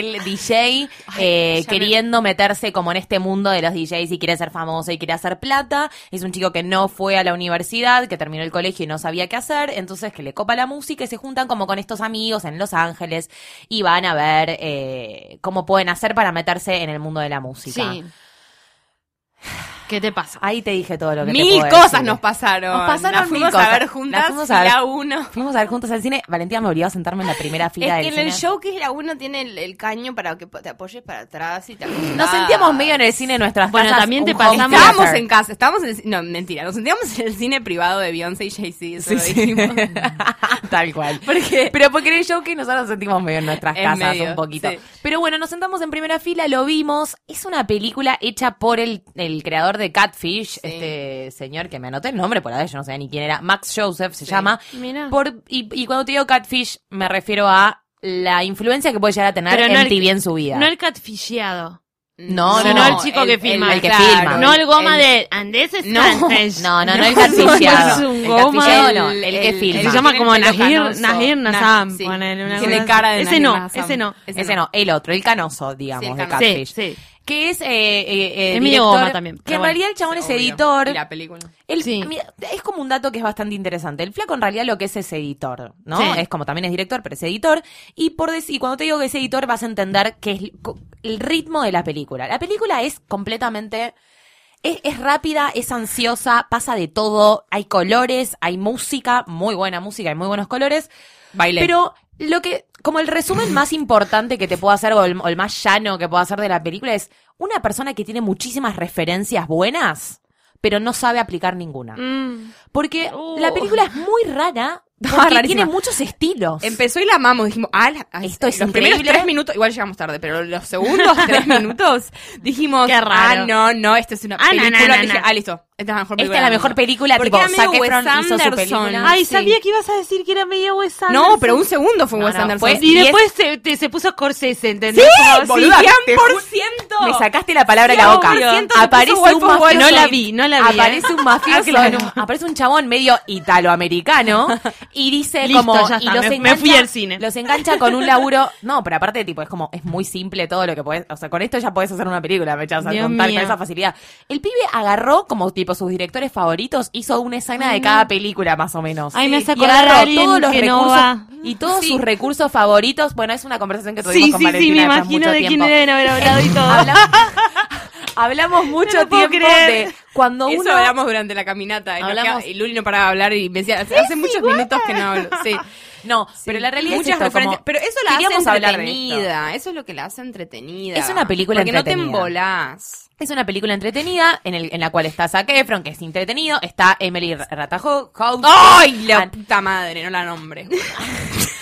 el DJ eh, Ay, ya me- queriendo meterse como en este mundo de los DJs y quiere ser famoso y quiere hacer plata. Es un chico que no fue a la universidad, que terminó el colegio y no sabía qué hacer, entonces que le copa la música y se juntan como con estos amigos en Los Ángeles y van a ver eh, cómo pueden hacer para meterse en el mundo de la música. Sí. ¿Qué te pasa? Ahí te dije todo lo que te Mil puedo cosas decir. nos pasaron. Nos pasaron Las fuimos mil cosas. a ver juntas Las fuimos a ver. la uno. Fuimos a ver juntos al cine. Valentina me obligó a sentarme en la primera Es fila que del en el cine. show que es la uno tiene el, el caño para que te apoyes para atrás y te acostás. Nos sentíamos medio en el cine en nuestras Bueno, casas. también te un home pasamos- theater. Estábamos en casa, estábamos en el, ci- no, mentira, nos sentíamos en el cine privado de Beyoncé y Jay-Z, eso Sí, lo sí. dijimos. Tal cual. Pero porque en el show que nosotros nos sentimos medio en nuestras En casas medio, un poquito. sí. Pero bueno, nos sentamos en primera fila, lo vimos. Es una película hecha por el, el creador de Catfish, este señor que me anoté el nombre por ahí, yo no sabía ni quién era. Max Joseph se Sí. llama. Mira. Por, y, y cuando te digo Catfish, me refiero a la influencia que puede llegar a tener Pero no el- MTV en su vida. No el catfisheado. No, no, no, el chico que filma. El que claro, filma. No el goma el- de Andrés es No, francés. No, no, no el No, catfishado. es un El goma. catfishado no, el que Se filma. llama como Tiene el pelo Nahir, canoso. Nahir Nah, Nazam. sí. ponele una Tiene cosa cara así. de Ese Nahir no, Nazam. ese no. Ese no, el otro, el canoso, digamos, Sí, el de canoso. Catfish. Sí, sí. Que es. Eh, eh, eh, Es medio director- goma también, Que pero en bueno, realidad el chabón es Obvio. editor. Y la película. Él- Sí. mira, es como un dato que es bastante interesante. El flaco en realidad lo que es es editor, ¿no? Sí. Es como también es director, pero es editor. Y por dec- y cuando te digo que es editor, vas a entender que es l- co- el ritmo de la película. La película es completamente. Es, es rápida, es ansiosa, pasa de todo. Hay colores, hay música, muy buena música, hay muy buenos colores. Bailé. Pero lo que, como el resumen más importante que te puedo hacer o el, o el más llano que puedo hacer de la película es una persona que tiene muchísimas referencias buenas, pero no sabe aplicar ninguna. Mm. Porque Oh. la película es muy rara, porque Uh. rarísima. tiene muchos estilos. Empezó y la amamos, dijimos, ah, la- ah, Esto es los primeros increíble. tres minutos, igual llegamos tarde, pero los segundos tres minutos dijimos, Qué raro. ah, no, no, esta es una Ah, na, na, película, na, dije, na. ah, listo, esta es la mejor película. Esta es la del mejor mundo. película, Porque tipo, era medio Zac Efron Wes hizo su Anderson. Ah, película. Ay, Sí. sabía que ibas a decir que era medio Wes Anderson. No, pero un segundo fue No, Wes no, Anderson. fue- Y después se, te- se puso Scorsese, ¿entendés? ¡Sí, Como, boluda! sí, ¡Te ju- Me sacaste la palabra de la Sí, boca. obvio. Siento, se Aparece puso un Wolf of Wall mafioso. No la vi, no la vi, Aparece ¿eh? un mafioso. Ah, claro. en un- aparece un chabón medio italoamericano y dice Listo, como. ya está, y los me- me engancha- fui al cine. Los engancha con un laburo. No, pero aparte, tipo, es como. Es muy simple todo lo que podés. O sea, con esto ya podés hacer una película, me echas a Dios contar mío. con esa facilidad. El pibe agarró como, tipo, tipo sus directores favoritos, hizo una escena de cada película más o menos. Ay, me hace Y acordar agarró a alguien todos los que no recursos va. y todos sus recursos favoritos. Bueno, es una conversación que tuvimos Sí, con sí, sí, Valentina me de tras imagino mucho de quién tiempo. deben haber hablado y todo. Hablamos mucho No lo puedo tiempo creer. de cuando Eso uno hablamos durante la caminata. Y, nos Hablamos- queda- y Luli no paraba de hablar y me decía, hace, hace muchos minutos que no hablo. Sí. No, pero la realidad Muchas es esto, referencias. como- pero eso la hace queríamos hablar de entretenida. Eso es lo que la hace entretenida. Es una película Porque no entretenida. te embolás. Es una película entretenida en, el- en la cual está Zac Efron, que es entretenido, está Emily Ratajhouse. ¡Ay, la puta madre! No la nombre.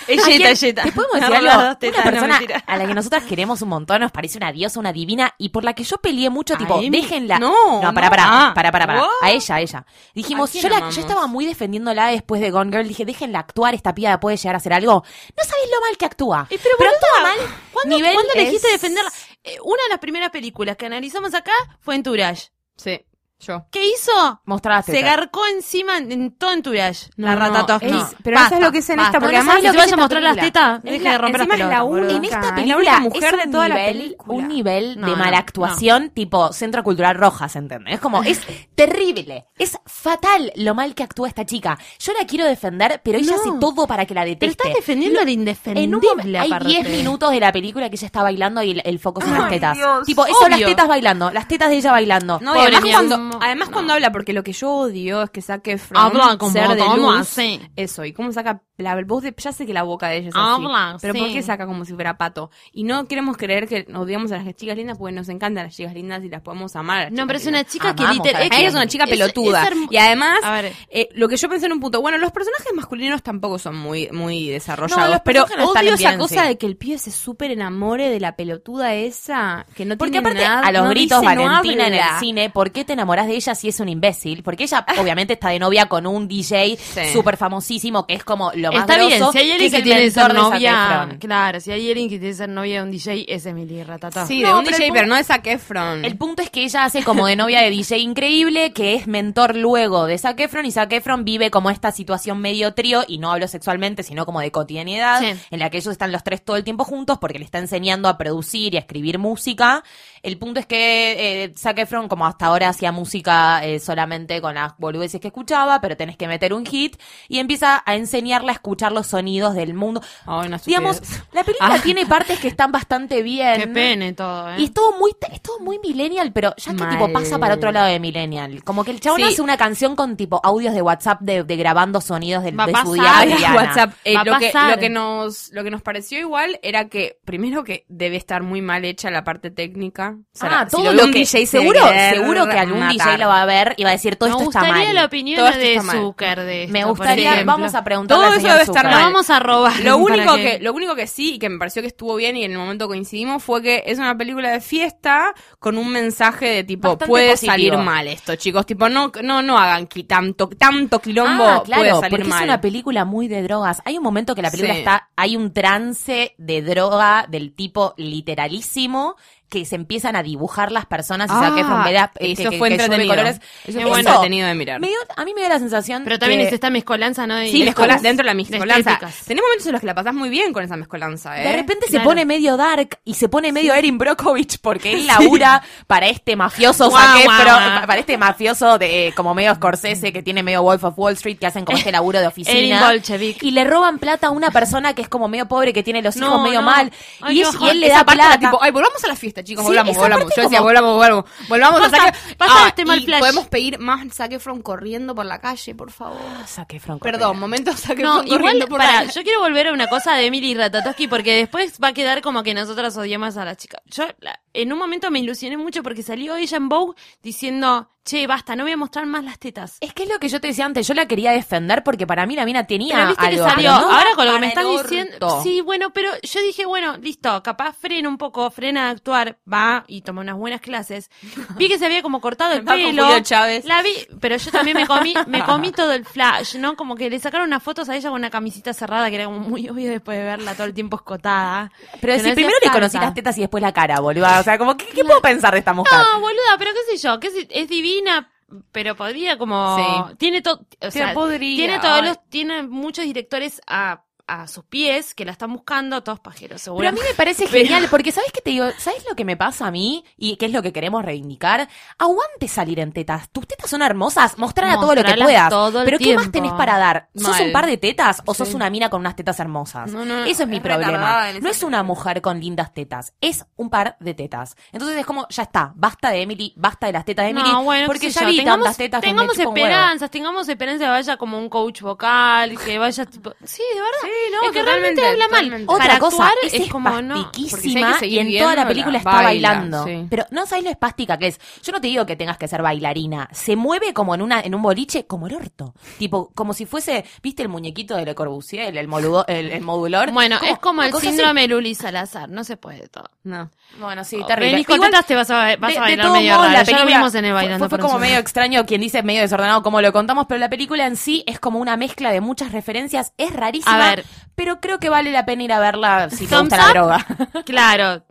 Es ¿A quién- yeta, es yeta. ¿Te podemos decir Agarró algo? las dos tetas, una no, persona mentira. a la que nosotras queremos un montón, nos parece una diosa, una divina, y por la que yo peleé mucho, tipo, Amy? déjenla. No, no, para, no. para, Ah. para, para, para. Wow. A ella, a ella. Dijimos, ¿A quién yo, la, amamos? yo estaba muy defendiéndola después de Gone Girl, dije, déjenla actuar, esta piba puede llegar a hacer algo. No sabéis lo mal que actúa. Eh, pero, actúa boluda, mal. ¿Cuándo, nivel cuándo elegiste es- defenderla? Eh, una de las primeras películas que analizamos acá fue Entourage. Sí, yo. ¿Qué hizo? Mostrar las Se tetas. garcó encima en, en todo Entourage. la No, rata no, es- pero no no sabes lo que es en esta, porque además si lo te que vaya es a esta mostrar las película. tetas, Es deje la- de romper las encima es la pelotas, boluda. En esta Nunca, es la película única mujer es un de toda la nivel, película. un nivel No, de no, mala actuación tipo Centro Cultural Rojas, ¿entendés? Como es terrible, es fatal lo mal que actúa esta chica. Yo la quiero defender, pero ella No. hace todo para que la deteste. Pero estás defendiendo al en indefendible. un momento, hay aparte. 10 minutos de la película que ella está bailando y el, el foco son las Ay, tetas. Dios, tipo, eso, las obvio. tetas bailando, las tetas de ella bailando. No, Pobre y además, mía. cuando, No. además cuando habla, porque lo que yo odio es que saque From Habla como- ser de como luz, así. Eso, y cómo saca la voz de... Ya sé que la boca de ella es Habla, así. Pero sí. ¿por qué saca como si fuera pato? Y no queremos creer que odiamos a las chicas lindas porque nos encantan las chicas lindas y las podemos amar. a las No, chicas pero es lindas. una chica que Amamos a literal. la es que- Ella es una chica es- pelotuda. es hermo- y además, A ver. eh, lo que yo pensé en un punto, bueno, los personajes masculinos tampoco son muy, muy desarrollados, No, los pero personajes no están odio esa bien, cosa sí. de que el pibe se súper enamore de la pelotuda esa, que no Porque tiene aparte, nada, a los no gritos dice, no Valentina en el habla. cine, ¿por qué te enamorás de ella si es un imbécil? Porque ella, obviamente, está de novia con un DJ Sí. súper famosísimo, que es como lo más Está bien, grosso, si hay alguien es que el tiene que ser mentor de Zac novia. Efron. Claro, si hay alguien que tiene que ser novia de un DJ, es Emily Ratatá. Sí, No, de un pero DJ, el pero no de Zac Efron. El punto es que ella hace como de novia de DJ increíble, que es mentor luego de Zac Efron, y Zac Efron vive como esta situación medio trío, y no hablo sexualmente, sino como de cotidianidad, Sí. en la que ellos están los tres todo el tiempo juntos porque le está enseñando a producir y a escribir música. El punto es que eh, Zac Efron, como hasta ahora hacía música eh, solamente con las boludeces que escuchaba, pero tenés que meter un hit, y empieza a enseñarla a escuchar los sonidos del mundo. Ay, una Digamos, estupidez. la película Ah. tiene partes que están bastante bien. Qué pene todo, ¿eh? Y es todo muy, es todo muy millennial, pero ya que Mal. tipo pasa para otro lado de millennial. Como que el chabón Sí. hace una canción con tipo audios de WhatsApp de, de grabando sonidos de, Va a de pasar. su día Ah, Ah, cotidiana. WhatsApp. Eh, Va a lo, que, pasar. lo que nos, lo que nos pareció igual era que, primero que debe estar muy mal hecha la parte técnica. O sea, Ah, si todo ve lo un que DJ se seguro, debe seguro que algún DJ matar. lo va a ver y va a decir todo Me esto está gustaría mal. la opinión Todo esto de está mal. Zucker de esto, Me por gustaría, ejemplo. vamos a preguntarle Todo al eso señor debe estar Zucker. La mal. vamos a robar. Lo único para que, lo único que sí y que me pareció que estuvo bien y en el momento coincidimos fue que es una película de fiesta con un mensaje de tipo Bastante puede positivo. salir mal esto, chicos, tipo no no no hagan qui- tanto tanto quilombo, Ah, puede claro, salir porque mal. es una película muy de drogas. Hay un momento que la película Sí. está, hay un trance de droga del tipo literalísimo que se empiezan a dibujar las personas y Ah, saqué este, eso fue entretenido. colores. Eso Eso fue entretenido de mirar. me dio- a mí me dio la sensación. Pero también que- es esta mezcolanza, ¿no? De- Sí, de mezcola- cosas, dentro de la de mezcolanza. estéticas. Tenés momentos en los que la pasás muy bien con esa mezcolanza, ¿eh? De repente se Claro. pone medio dark y se pone medio Erin Brockovich porque él labura para este mafioso Zac Guau, guau, Efron, guau. para este mafioso de eh, como medio Scorsese que tiene medio Wolf of Wall Street que hacen como este laburo de Eh, Erin oficina Bolchevik. y le roban plata a una persona que es como medio pobre que tiene los hijos No, medio no. mal Ay, y, qué es- y bajón. él le Esa da parte plata. era tipo, ay, volvamos a la fiesta, chicos, Sí, volvamos, esa volvamos. parte Yo decía, como- volvamos, volvamos. Volvamos a Pasa- saque. pasa este mal y flash. Podemos pedir más Zac Efron corriendo por la calle, por favor. Ah, Zac Efron, Perdón, momento Zac Efron No, igual, corriendo por la para, calle. yo quiero volver a una cosa de Emily Ratatosky porque después va a quedar como que nosotras odiamos a la chica. Yo la- en un momento me ilusioné mucho porque salió ella en Vogue diciendo, che, basta, no voy a mostrar más las tetas. Es que es lo que yo te decía antes, yo la quería defender porque para mí la mina tenía Pero viste algo, que salió. pero no Ahora con lo que para me están el diciendo. orto. Sí, bueno, pero yo dije, bueno, listo, capaz frena un poco, frena a actuar, va y toma unas buenas clases. Vi que se había como cortado el Va con pelo. Julio Chávez. La vi, pero yo también me comí, me comí todo el flash, ¿no? Como que le sacaron unas fotos a ella con una camisita cerrada que era como muy obvio después de verla todo el tiempo escotada. Pero Que si no primero hacía le conocí falta. las tetas y después la cara, boludo. O sea, como, ¿qué, qué puedo pensar de esta mujer? No, boluda, pero qué sé yo, que es, es divina, pero podría como Sí. tiene todo, o sea, podría, tiene todos ay. los tiene muchos directores a a sus pies, que la están buscando, todos pajeros, seguro. Pero a mí me parece Pero- genial, porque ¿sabes qué te digo? ¿Sabes lo que me pasa a mí y qué es lo que queremos reivindicar? Aguante salir en tetas. Tus tetas son hermosas, mostrala todo lo que Mostralas puedas. todo el Pero ¿qué más tiempo. tenés para dar? ¿Sos Mal. un par de tetas o sos Sí. una mina con unas tetas hermosas? No, no, Eso es mi es retardada problema. en ese No es una mujer con lindas tetas, es un par de tetas. Entonces es como, ya está, basta de Emily, basta de las tetas de Emily, No, bueno, porque qué sé ya yo, vi tengamos, tantas tetas que me tengamos chupa un huevo. esperanzas, tengamos esperanza de que vaya como un coach vocal, que vaya tipo, sí, de verdad. Sí, no, es que realmente habla totalmente, mal. totalmente. Otra Para cosa, actuar es, es como no. porque si hay espastiquísima que seguir y en toda la viéndola, película está baila, bailando. sí. Pero no sabes lo espástica que es. Yo no te digo que tengas que ser bailarina. Se mueve como en una en un boliche, como el orto. Tipo, como si fuese, ¿viste el muñequito de Le Corbusier, el, el, modulo- el- el modular? Bueno, es como una el cosa así. síndrome de Luli Salazar, no se puede todo. No. Bueno, sí, terrible. Venís con Igual, tetas, te vas a, vas de- a de bailar todos medio modos, raro. la Ya lo película vimos en el bailando Fue, fue por como encima. medio extraño, quien dice medio desordenado, como lo contamos, pero la película en sí es como una mezcla de muchas referencias. Es rarísima. A ver. Pero creo que vale la pena ir a verla si te Thumbs gusta la up. droga. Claro.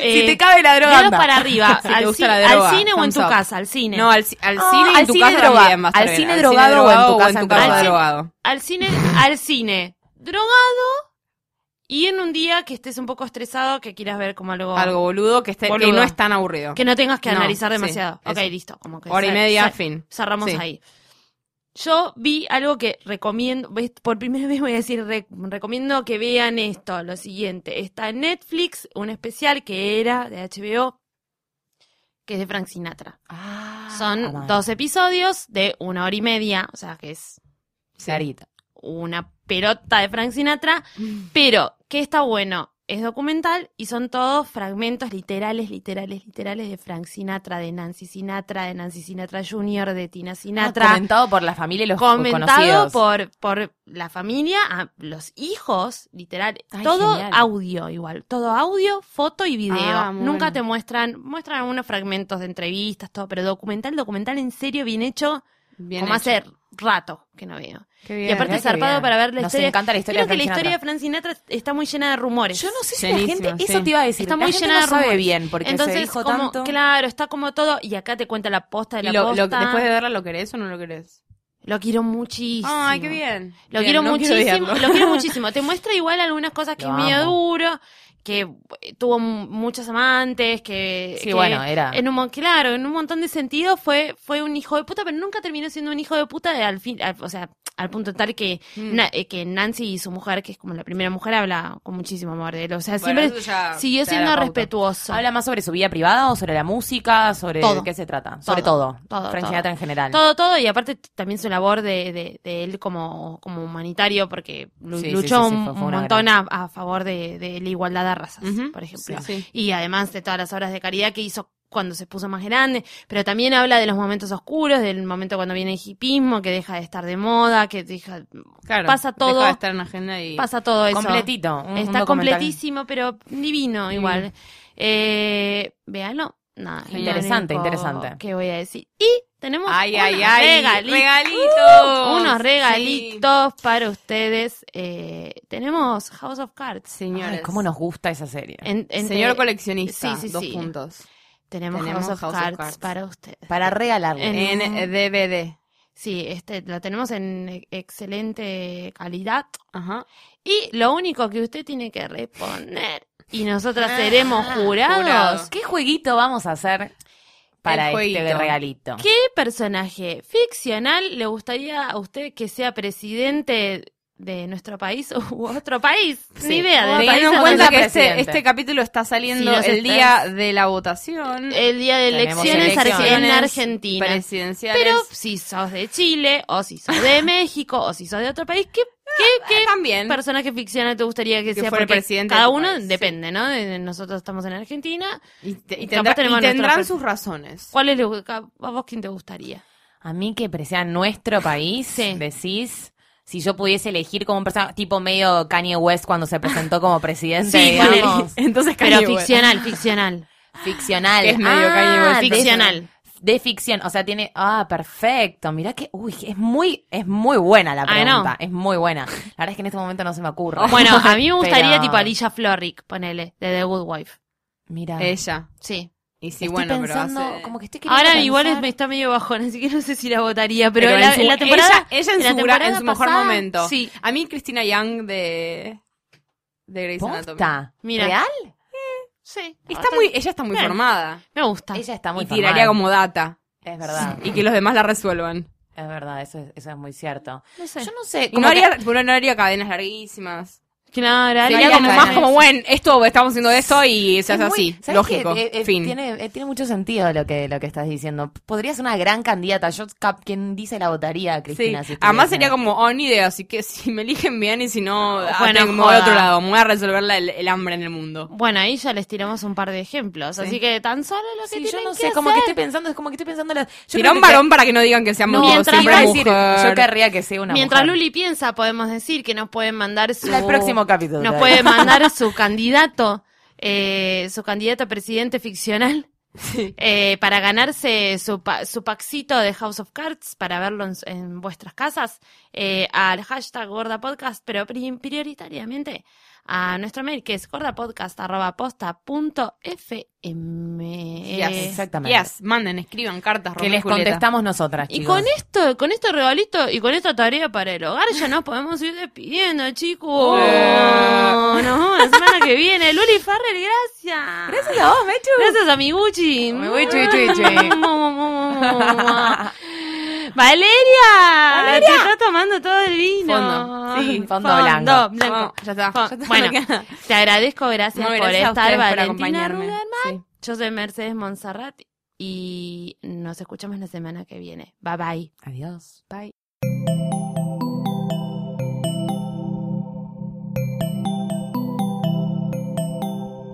Eh, si te cabe la droga. dedos anda. para arriba, Si te al, gusta ci- la al droga, cine o en thumbs tu up. casa, al cine. No, al, ci- al Ah, cine al en tu cine casa droga- también va a estar al bien. cine drogado o en tu casa en tu casa. drogado. Al cine, al cine, drogado y en un día que estés un poco estresado, que quieras ver como algo, Algo boludo que, esté, que Boludo. no es tan aburrido. que no tengas que No, analizar sí, demasiado. ok, eso. listo, como que Hora y cer- media, cer- fin. cerramos Sí. ahí. Yo vi algo que recomiendo, ¿ves? por primera vez voy a decir, re- recomiendo que vean esto, lo siguiente. Está en Netflix, un especial que era de HBO, que es de Frank Sinatra. Son Ah, bueno. dos episodios de una hora y media, o sea que es Clarita. una pelota de Frank Sinatra, pero que está bueno, es documental y son todos fragmentos literales, literales, literales de Frank Sinatra, de Nancy Sinatra, de Nancy Sinatra Jr., de Tina Ah, Sinatra, comentado por la familia y los comentado conocidos. por, por la familia, a los hijos, literal, Ay, todo genial. audio igual, todo audio, foto y video. Ah, muy Nunca bueno. te muestran, muestran algunos fragmentos de entrevistas, todo, pero documental, documental en serio, bien hecho, Bien como hecho. hace rato que no veo. Qué bien. Y aparte mirá qué zarpado bien. para ver la Nos historia. encanta la historia Creo de que la Frank historia de Frank Sinatra está muy llena de rumores. Yo no sé si Llenísima, la gente, eso sí. te iba a decir, Está la muy gente llena no de sabe rumores. bien porque Entonces, se dijo como, tanto. claro, está como todo. Y acá te cuenta la posta de Y la lo- lo- posta. después de verla, ¿lo querés o no lo querés? Lo quiero muchísimo. Ay, qué bien. Lo Bien, quiero no muchísimo. odiarlo. lo quiero muchísimo. Te muestra igual algunas cosas que Lo es medio amo. duro, que eh, tuvo m- muchos amantes, que. Sí, que bueno, era. En un, mon- claro, en un montón de sentidos fue, fue un hijo de puta, pero nunca terminó siendo un hijo de puta de al fin, al- o sea, al punto tal que, Mm. na- eh, que Nancy y su mujer, que es como la primera mujer, habla con muchísimo amor de él. O sea, Bueno, siempre eso ya siguió te da la siendo pauta. respetuoso. ¿Habla más sobre su vida privada o sobre la música? ¿Sobre Todo. qué se trata? Sobre Todo, todo. todo, Frank todo. Sinatra en general. Todo, todo, y aparte t- también su labor de, de, de él como, como humanitario, porque lu- Sí, sí, luchó sí, sí, un, fue- fue un una montón a, a favor de, de la igualdad de razas, Ujú, por ejemplo. sí, sí. Y además de todas las obras de caridad que hizo cuando se puso más grande, pero también habla de los momentos oscuros, del momento cuando viene el hipismo, que deja de estar de moda, que deja, Claro, pasa todo. Deja de estar en la agenda y... pasa todo eso. Completito. un- un Está documental. completísimo, pero divino igual. Eh, véanlo. Nada, es lo Interesante, único interesante. que voy a decir? Y tenemos Ay, unos ay, ay. regalitos. Regalitos. Unos Sí. regalitos para ustedes. Eh, tenemos House of Cards. Señores. Ay, cómo nos gusta esa serie. En- entre- Señor coleccionista, Sí, sí, dos sí. puntos. tenemos, tenemos House of House of Cards, Cards. para ustedes. Para regalarle. Eh, En- En DVD. Sí, este lo tenemos en e- excelente calidad. Ajá. Y lo único que usted tiene que responder, y nosotras seremos jurados, jurado. ¿Qué jueguito vamos a hacer El para este jueguito. regalito? ¿Qué personaje ficcional le gustaría a usted que sea presidente de nuestro país u otro país? Sí. Ni idea. De Teniendo país Teniendo en a cuenta nuestro que este, presidente. este capítulo está saliendo Si nos el estás- día de la votación. el día de Tenemos elecciones, elecciones Eh, en Argentina. Presidenciales. Pero si sos de Chile, o si sos de México, o si sos de otro país, ¿qué, qué, qué Eh, también. personaje ficcional te gustaría que, Que sea? fuera Porque presidente de cada tu uno país, sí. depende, ¿no? De- de- nosotros estamos en Argentina. Y, te- y Capaz tendrá- y tenemos nuestra tendrán pre- sus razones. ¿Cuál es le- a vos quién te gustaría? A mí que sea nuestro país, Sí. decís, si yo pudiese elegir como un personaje, tipo medio Kanye West cuando se presentó como presidente, Sí, digamos. Entonces, Pero Kanye West. ficcional, ficcional. Ficcional. Que es medio Ah, Kanye West. de- Ficcional. De ficción, o sea, tiene, ah, perfecto, mirá que, uy, es muy, es muy buena Ah, la Ay, pregunta, no. es muy buena. La verdad es que en este momento no se me ocurre. Bueno, a mí me gustaría Pero- tipo Alicia Florrick, ponele, de The Good Wife. Mira, Ella. Sí. Y sí, Estoy bueno, pensando, pero hace... como que estoy queriendo Ahora igual es- pensar- me está medio bajón, así que no sé si la votaría, pero, Pero en, la, su- en la temporada. Ella, ella en, la su, gra- en temporada su mejor pasada, momento. Sí. A mí, Cristina Young de. De Grey's Anatomy. Posta. Mira. ¿Real? Sí. Está muy, ella está muy Bien. formada. Me gusta. Ella está muy y tiraría formada. como data. Es verdad, Y que los demás la resuelvan. es verdad, eso es, eso es muy cierto. No sé. Yo no sé, Y no como que- Ah, haría, bueno, no haría cadenas larguísimas. Claro, Sería haría como la- más como, bueno, esto estamos haciendo esto y se es hace muy- así. ¿sabes Lógico. qué? Eh, eh, fin. Tiene, eh, tiene mucho sentido lo que, lo que estás diciendo. Podría ser una gran candidata. Yo, cap- quien dice la votaría, Cristina. Sí. si Además estuviese. sería como, oh, ni idea, así que si me eligen bien y si no, ah, Bueno, tengo- me voy a otro joda. lado, me voy a resolver la- el, el hambre en el mundo. Bueno, ahí ya les tiramos un par de ejemplos. Sí. Así que tan solo lo que Sí, yo tienen no que sé, como que hacer- estoy pensando, es como que estoy pensando. las- yo Tirá creo un que- varón para que no digan que seamos No, Mientras- sí, siempre iba a decir, mujer. yo querría que sea una Mientras mujer. Luli piensa, podemos decir que nos pueden mandar su. El próximo capítulo. Uh, Nos puede mandar su candidato, eh, su candidato a presidente ficcional. eh, para ganarse su, pa- su paxito de House of Cards, para verlo en, en vuestras casas, eh, al hashtag gordapodcast, pero pri- prioritariamente a nuestro mail que es gordapodcast.posta.fm. Exactamente. Yes, manden, escriban cartas, Que Romeo y les Julieta. contestamos nosotras, Y chicos. con esto, con este regalito y con esta tarea para el hogar, ya nos podemos ir despidiendo, chicos. Eh. Oh, Nos vemos Ah, la semana que viene. Luli Farrell, gracias. Gracias a vos, Mechu. Gracias a mi Gucci. Mi Gucci, Gucci. Valeria, te está tomando todo el vino. Fondo. Sí, fondo blanco. blanco. Ah, ya está, Fo- ya está, Bueno, no queda. te agradezco, gracias No, por gracias a estar, ustedes por Valentina acompañarme. Ruderman. Sí. Yo soy Mercedes Monserrat y nos escuchamos la semana que viene. Bye bye. Adiós. Bye.